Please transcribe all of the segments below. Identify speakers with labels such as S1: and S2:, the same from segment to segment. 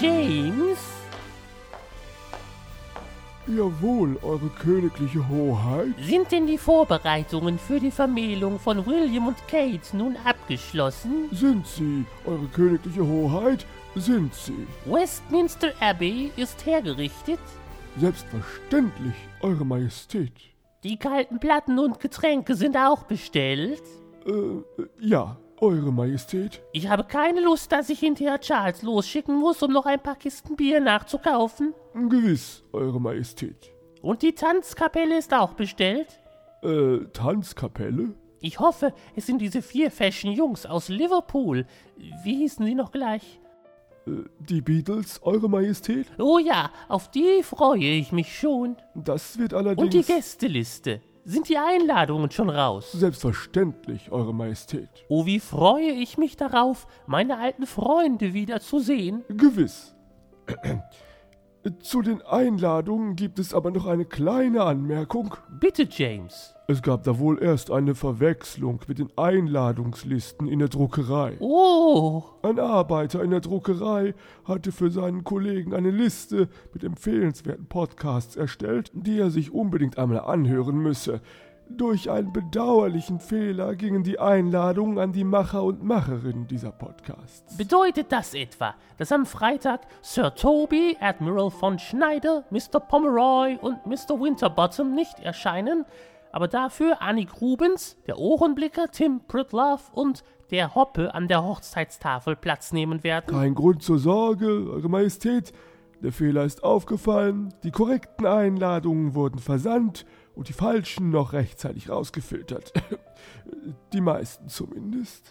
S1: James?
S2: Jawohl, Eure königliche Hoheit.
S1: Sind denn die Vorbereitungen für die Vermählung von William und Kate nun abgeschlossen?
S2: Sind Sie, Eure königliche Hoheit, sind Sie.
S1: Westminster Abbey ist hergerichtet,
S2: Selbstverständlich, Eure Majestät.
S1: die kalten Platten und Getränke sind auch bestellt.
S2: Äh, ja, Eure Majestät.
S1: Ich habe keine Lust, dass ich hinterher Charles losschicken muss, um noch ein paar Kisten Bier nachzukaufen.
S2: Gewiss, Eure Majestät.
S1: Und die Tanzkapelle ist auch bestellt.
S2: Äh, Tanzkapelle?
S1: Ich hoffe, es sind diese vier fashion Jungs aus Liverpool. Wie hießen sie noch gleich?
S2: Äh, die Beatles, Eure Majestät?
S1: Oh ja, auf die freue ich mich schon.
S2: Das wird allerdings.
S1: Und die Gästeliste. Sind die Einladungen schon raus?
S2: Selbstverständlich, Eure Majestät.
S1: Oh, wie freue ich mich darauf, meine alten Freunde wieder zu sehen.
S2: Gewiss. Zu den Einladungen gibt es aber noch eine kleine Anmerkung.
S1: Bitte, James.
S2: Es gab da wohl erst eine Verwechslung mit den Einladungslisten in der Druckerei.
S1: Oh,
S2: Ein Arbeiter in der Druckerei hatte für seinen Kollegen eine Liste mit empfehlenswerten Podcasts erstellt, die er sich unbedingt einmal anhören müsse. Durch einen bedauerlichen Fehler gingen die Einladungen an die Macher und Macherinnen dieser Podcasts.
S1: bedeutet das etwa, dass am Freitag Sir Toby, Admiral von Schneider, Mr. Pomeroy und Mr. Winterbottom nicht erscheinen, aber dafür Annik Rubens, der Ohrenblicker Tim Pritlove und der Hoppe an der Hochzeitstafel Platz nehmen werden?
S2: Kein Grund zur Sorge, Eure Majestät. Der Fehler ist aufgefallen, die korrekten Einladungen wurden versandt und die falschen noch rechtzeitig rausgefiltert. Die meisten zumindest.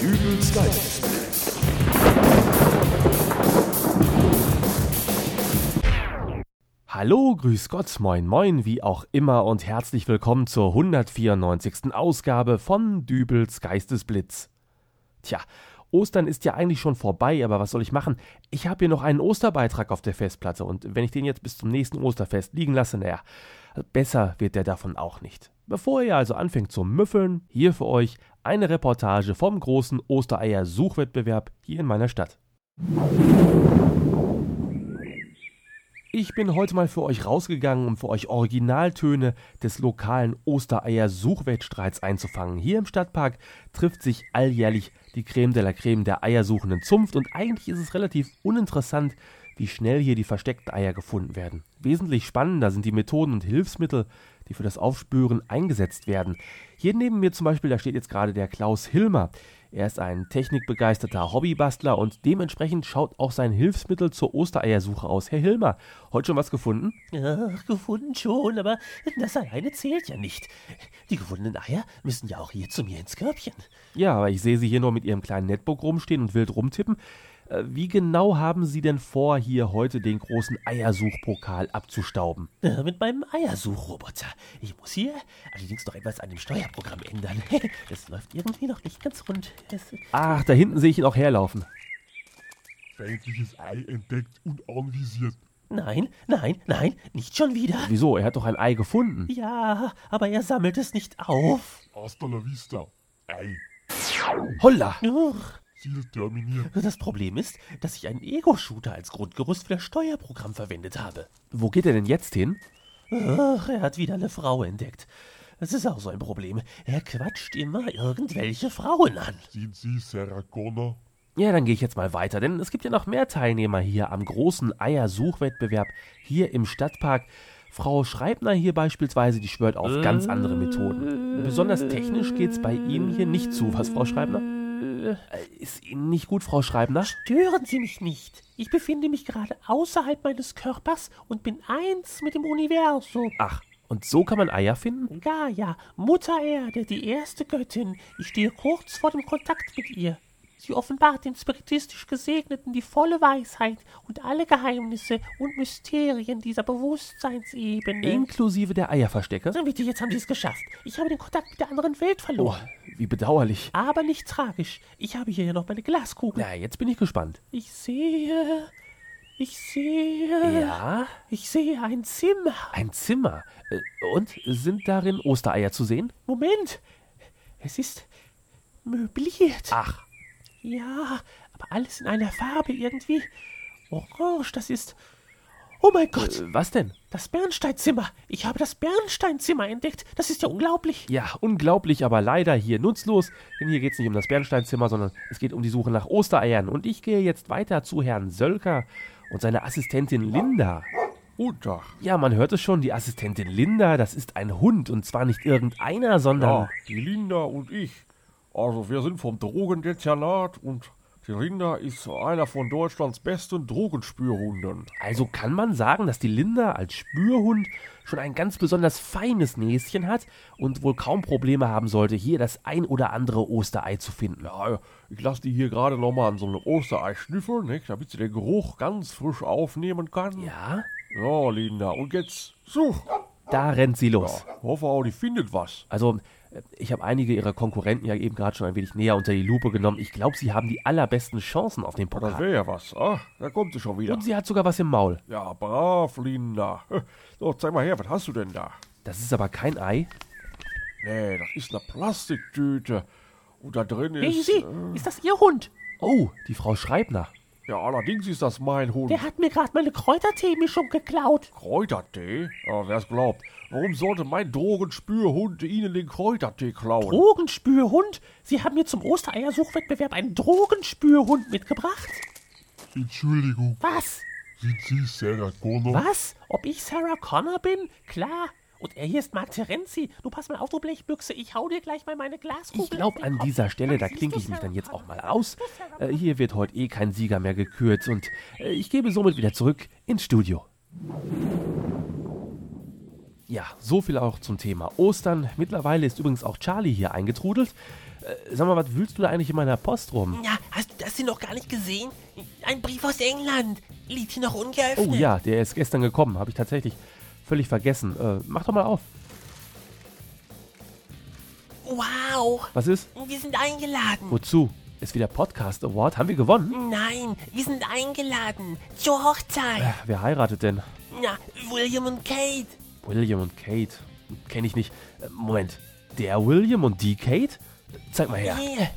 S3: Dübels Geistesblitz.
S4: Hallo, grüß Gott, moin moin, wie auch immer und herzlich willkommen zur 194. Ausgabe von Dübels Geistesblitz. Tja, Ostern ist ja eigentlich schon vorbei, aber was soll ich machen? Ich habe hier noch einen Osterbeitrag auf der Festplatte und wenn ich den jetzt bis zum nächsten Osterfest liegen lasse, naja, besser wird der davon auch nicht. Bevor ihr also anfängt zu müffeln, hier für euch eine Reportage vom großen Ostereier-Suchwettbewerb hier in meiner Stadt. Ich bin heute mal für euch rausgegangen, um für euch Originaltöne des lokalen Ostereier-Suchwettstreits einzufangen. Hier im Stadtpark trifft sich alljährlich die Creme de la Creme der eiersuchenden Zunft und eigentlich ist es relativ uninteressant, wie schnell hier die versteckten Eier gefunden werden. Wesentlich spannender sind die Methoden und Hilfsmittel, die für das Aufspüren eingesetzt werden. Hier neben mir zum Beispiel, da steht jetzt gerade der Klaus Hilmer. Er ist ein technikbegeisterter Hobbybastler und dementsprechend schaut auch sein Hilfsmittel zur Ostereiersuche aus. Herr Hilmer, heute schon was gefunden?
S1: Ach, gefunden schon, aber das alleine zählt ja nicht. Die gefundenen Eier müssen ja auch hier zu mir ins Körbchen.
S4: Ja, aber ich sehe Sie hier nur mit Ihrem kleinen Netbook rumstehen und wild rumtippen. Äh, Wie genau haben Sie denn vor, hier heute den großen Eiersuchpokal abzustauben?
S1: Äh, Mit meinem Eiersuchroboter. Ich muss hier allerdings noch etwas an dem Steuerprogramm ändern. Das läuft irgendwie noch nicht ganz rund. Das,
S4: Ach, da hinten sehe ich ihn auch herlaufen.
S5: feindliches Ei entdeckt und anvisiert.
S1: nein, nein, nein, nicht schon wieder.
S4: Wieso? Er hat doch ein Ei gefunden.
S1: Ja, aber er sammelt es nicht auf.
S5: Hasta la vista. Ei.
S4: Holla!
S1: Ugh.
S5: Ziel terminiert.
S1: Das Problem ist, dass ich einen Ego-Shooter als Grundgerüst für das Steuerprogramm verwendet habe.
S4: Wo geht er denn jetzt hin?
S1: Ach, er hat wieder eine Frau entdeckt. Das ist auch so ein Problem. Er quatscht immer irgendwelche Frauen an.
S5: Sind Sie Sarah Connor?
S4: Ja, dann gehe ich jetzt mal weiter, denn es gibt ja noch mehr Teilnehmer hier am großen Eiersuchwettbewerb hier im Stadtpark. Frau Schreibner hier beispielsweise, die schwört auf ganz andere Methoden. Besonders technisch geht's bei Ihnen hier nicht zu. Was, Frau Schreibner? Äh, Ist Ihnen nicht gut, Frau Schreibner?
S1: Stören Sie mich nicht. Ich befinde mich gerade außerhalb meines Körpers und bin eins mit dem Universum.
S4: Ach, und so kann man Eier finden?
S1: Gaia, Mutter Erde, die erste Göttin. Ich stehe kurz vor dem Kontakt mit ihr. Sie offenbart den spiritistisch Gesegneten die volle Weisheit und alle Geheimnisse und Mysterien dieser Bewusstseinsebene.
S4: Inklusive der Eierverstecke?
S1: So, bitte, jetzt haben die es geschafft. Ich habe den Kontakt mit der anderen Welt
S4: Oh,
S1: verloren.
S4: wie bedauerlich.
S1: Aber nicht tragisch. Ich habe hier Oh. ja noch meine Glaskugel.
S4: Na, jetzt bin ich gespannt.
S1: Ich sehe. Ich sehe.
S4: Ja,
S1: Ich sehe ein Zimmer.
S4: ein Zimmer. Äh, Und sind darin Ostereier zu sehen?
S1: Moment. Es ist möbliert.
S4: Ach,
S1: Ja, aber alles in einer Farbe irgendwie. Orange, das ist. Oh mein Gott,
S4: Äh, was denn?
S1: das Bernsteinzimmer. Ich habe das Bernsteinzimmer entdeckt. Das ist ja unglaublich.
S4: Ja, unglaublich, aber leider hier nutzlos, denn hier geht's nicht um das Bernsteinzimmer, sondern es geht um die Suche nach Ostereiern. Und ich gehe jetzt weiter zu Herrn Sölker und seiner Assistentin Linda.
S2: Guten Tag.
S4: Ja, man hört es schon, die Assistentin Linda, das ist ein Hund und zwar nicht irgendeiner, sondern...
S2: Ja, die Linda und ich. Also wir sind vom Drogendezernat und die Linda ist einer von Deutschlands besten Drogenspürhunden.
S4: Also kann man sagen, dass die Linda als Spürhund schon ein ganz besonders feines Näschen hat und wohl kaum Probleme haben sollte, hier das ein oder andere Osterei zu finden.
S2: Ja, Äh, ich lasse die hier gerade nochmal an so einem Osterei schnüffeln, nicht, damit sie den Geruch ganz frisch aufnehmen kann.
S4: Ja,
S2: Ja, Linda, und jetzt such.
S4: da rennt sie los.
S2: Hoffe auch, die findet was.
S4: Also, äh, ich habe einige ihrer Konkurrenten ja eben gerade schon ein wenig näher unter die Lupe genommen. Ich glaube, sie haben die allerbesten Chancen auf den
S2: Das
S4: Pokal.
S2: wäre ja was. Ah, da kommt sie schon wieder.
S4: Und sie hat sogar was im Maul.
S2: Ja, brav, Linda. So, zeig mal her, was hast du denn da?
S4: Das ist aber kein Ei.
S2: Nee, das ist eine Plastiktüte. Und da drin
S1: Hey,
S2: ist.
S1: Sie, ist das äh, Ihr Hund?
S4: Oh, die Frau Schreibner.
S2: Ja, allerdings ist das mein Hund.
S1: Der hat mir gerade meine Kräutertee-Mischung geklaut.
S2: Kräutertee? Ja, wer's glaubt. Warum sollte mein Drogenspürhund Ihnen den Kräutertee klauen?
S1: Drogenspürhund? Sie haben mir zum Ostereiersuchwettbewerb einen Drogenspürhund mitgebracht?
S5: Entschuldigung,
S1: Was?
S5: sind Sie Sarah Connor?
S1: Was? Ob ich Sarah Connor bin? Klar. Und er hier ist Mark Terenzi. Du pass mal auf, du Blechbüchse. Ich hau dir gleich mal meine Glaskugel.
S4: Ich glaube,
S1: auf den
S4: an
S1: Kopf.
S4: dieser Stelle, da
S1: Siehst
S4: klinke
S1: du,
S4: ich mich dann
S1: Sarah
S4: jetzt auch
S1: Connor?
S4: mal aus. Äh, hier wird heute eh kein Sieger mehr gekürt und äh, ich gebe somit wieder zurück ins Studio. Ja, so viel auch zum Thema Ostern. Mittlerweile ist übrigens auch Charlie hier eingetrudelt. Äh, sag mal, was wühlst du da eigentlich in meiner Post rum?
S3: Ja, hast du das denn noch gar nicht gesehen? Ein Brief aus England. Liegt hier noch ungeöffnet.
S4: Oh ja, der ist gestern gekommen, habe ich tatsächlich völlig vergessen. Äh, mach doch mal auf.
S3: Wow.
S4: Was ist?
S3: Wir sind eingeladen.
S4: Wozu? Ist wieder Podcast Award? Haben wir gewonnen?
S3: Nein, wir sind eingeladen. Zur Hochzeit.
S4: Wer heiratet denn?
S3: Na, William und Kate.
S4: William und Kate. Kenne ich nicht. Äh, Moment. Der William und die Kate? Zeig mal her.
S3: Hier.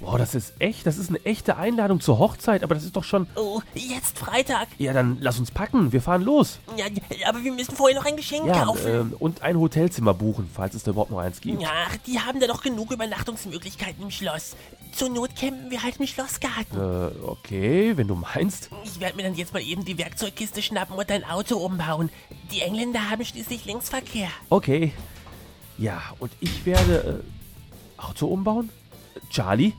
S4: Wow, das ist echt. Das ist eine echte Einladung zur Hochzeit, aber das ist doch schon.
S3: Oh, jetzt Freitag.
S4: Ja, dann lass uns packen. Wir fahren los.
S3: Ja, aber wir müssen vorher noch ein Geschenk
S4: Ja, äh,
S3: kaufen.
S4: ähm, und ein Hotelzimmer buchen, falls es da überhaupt noch eins gibt.
S3: Ach, die haben da doch genug Übernachtungsmöglichkeiten im Schloss. Zur Not campen wir halt im Schlossgarten.
S4: Äh, okay, wenn du meinst.
S3: Ich werde mir dann jetzt mal eben die Werkzeugkiste schnappen und ein Auto umbauen. Die Engländer haben schließlich Linksverkehr.
S4: Okay. Ja, und ich werde. Äh, Auto umbauen? Charlie?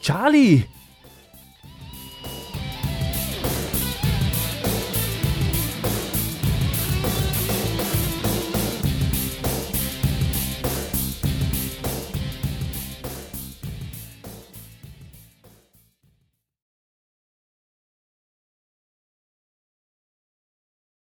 S4: Charlie!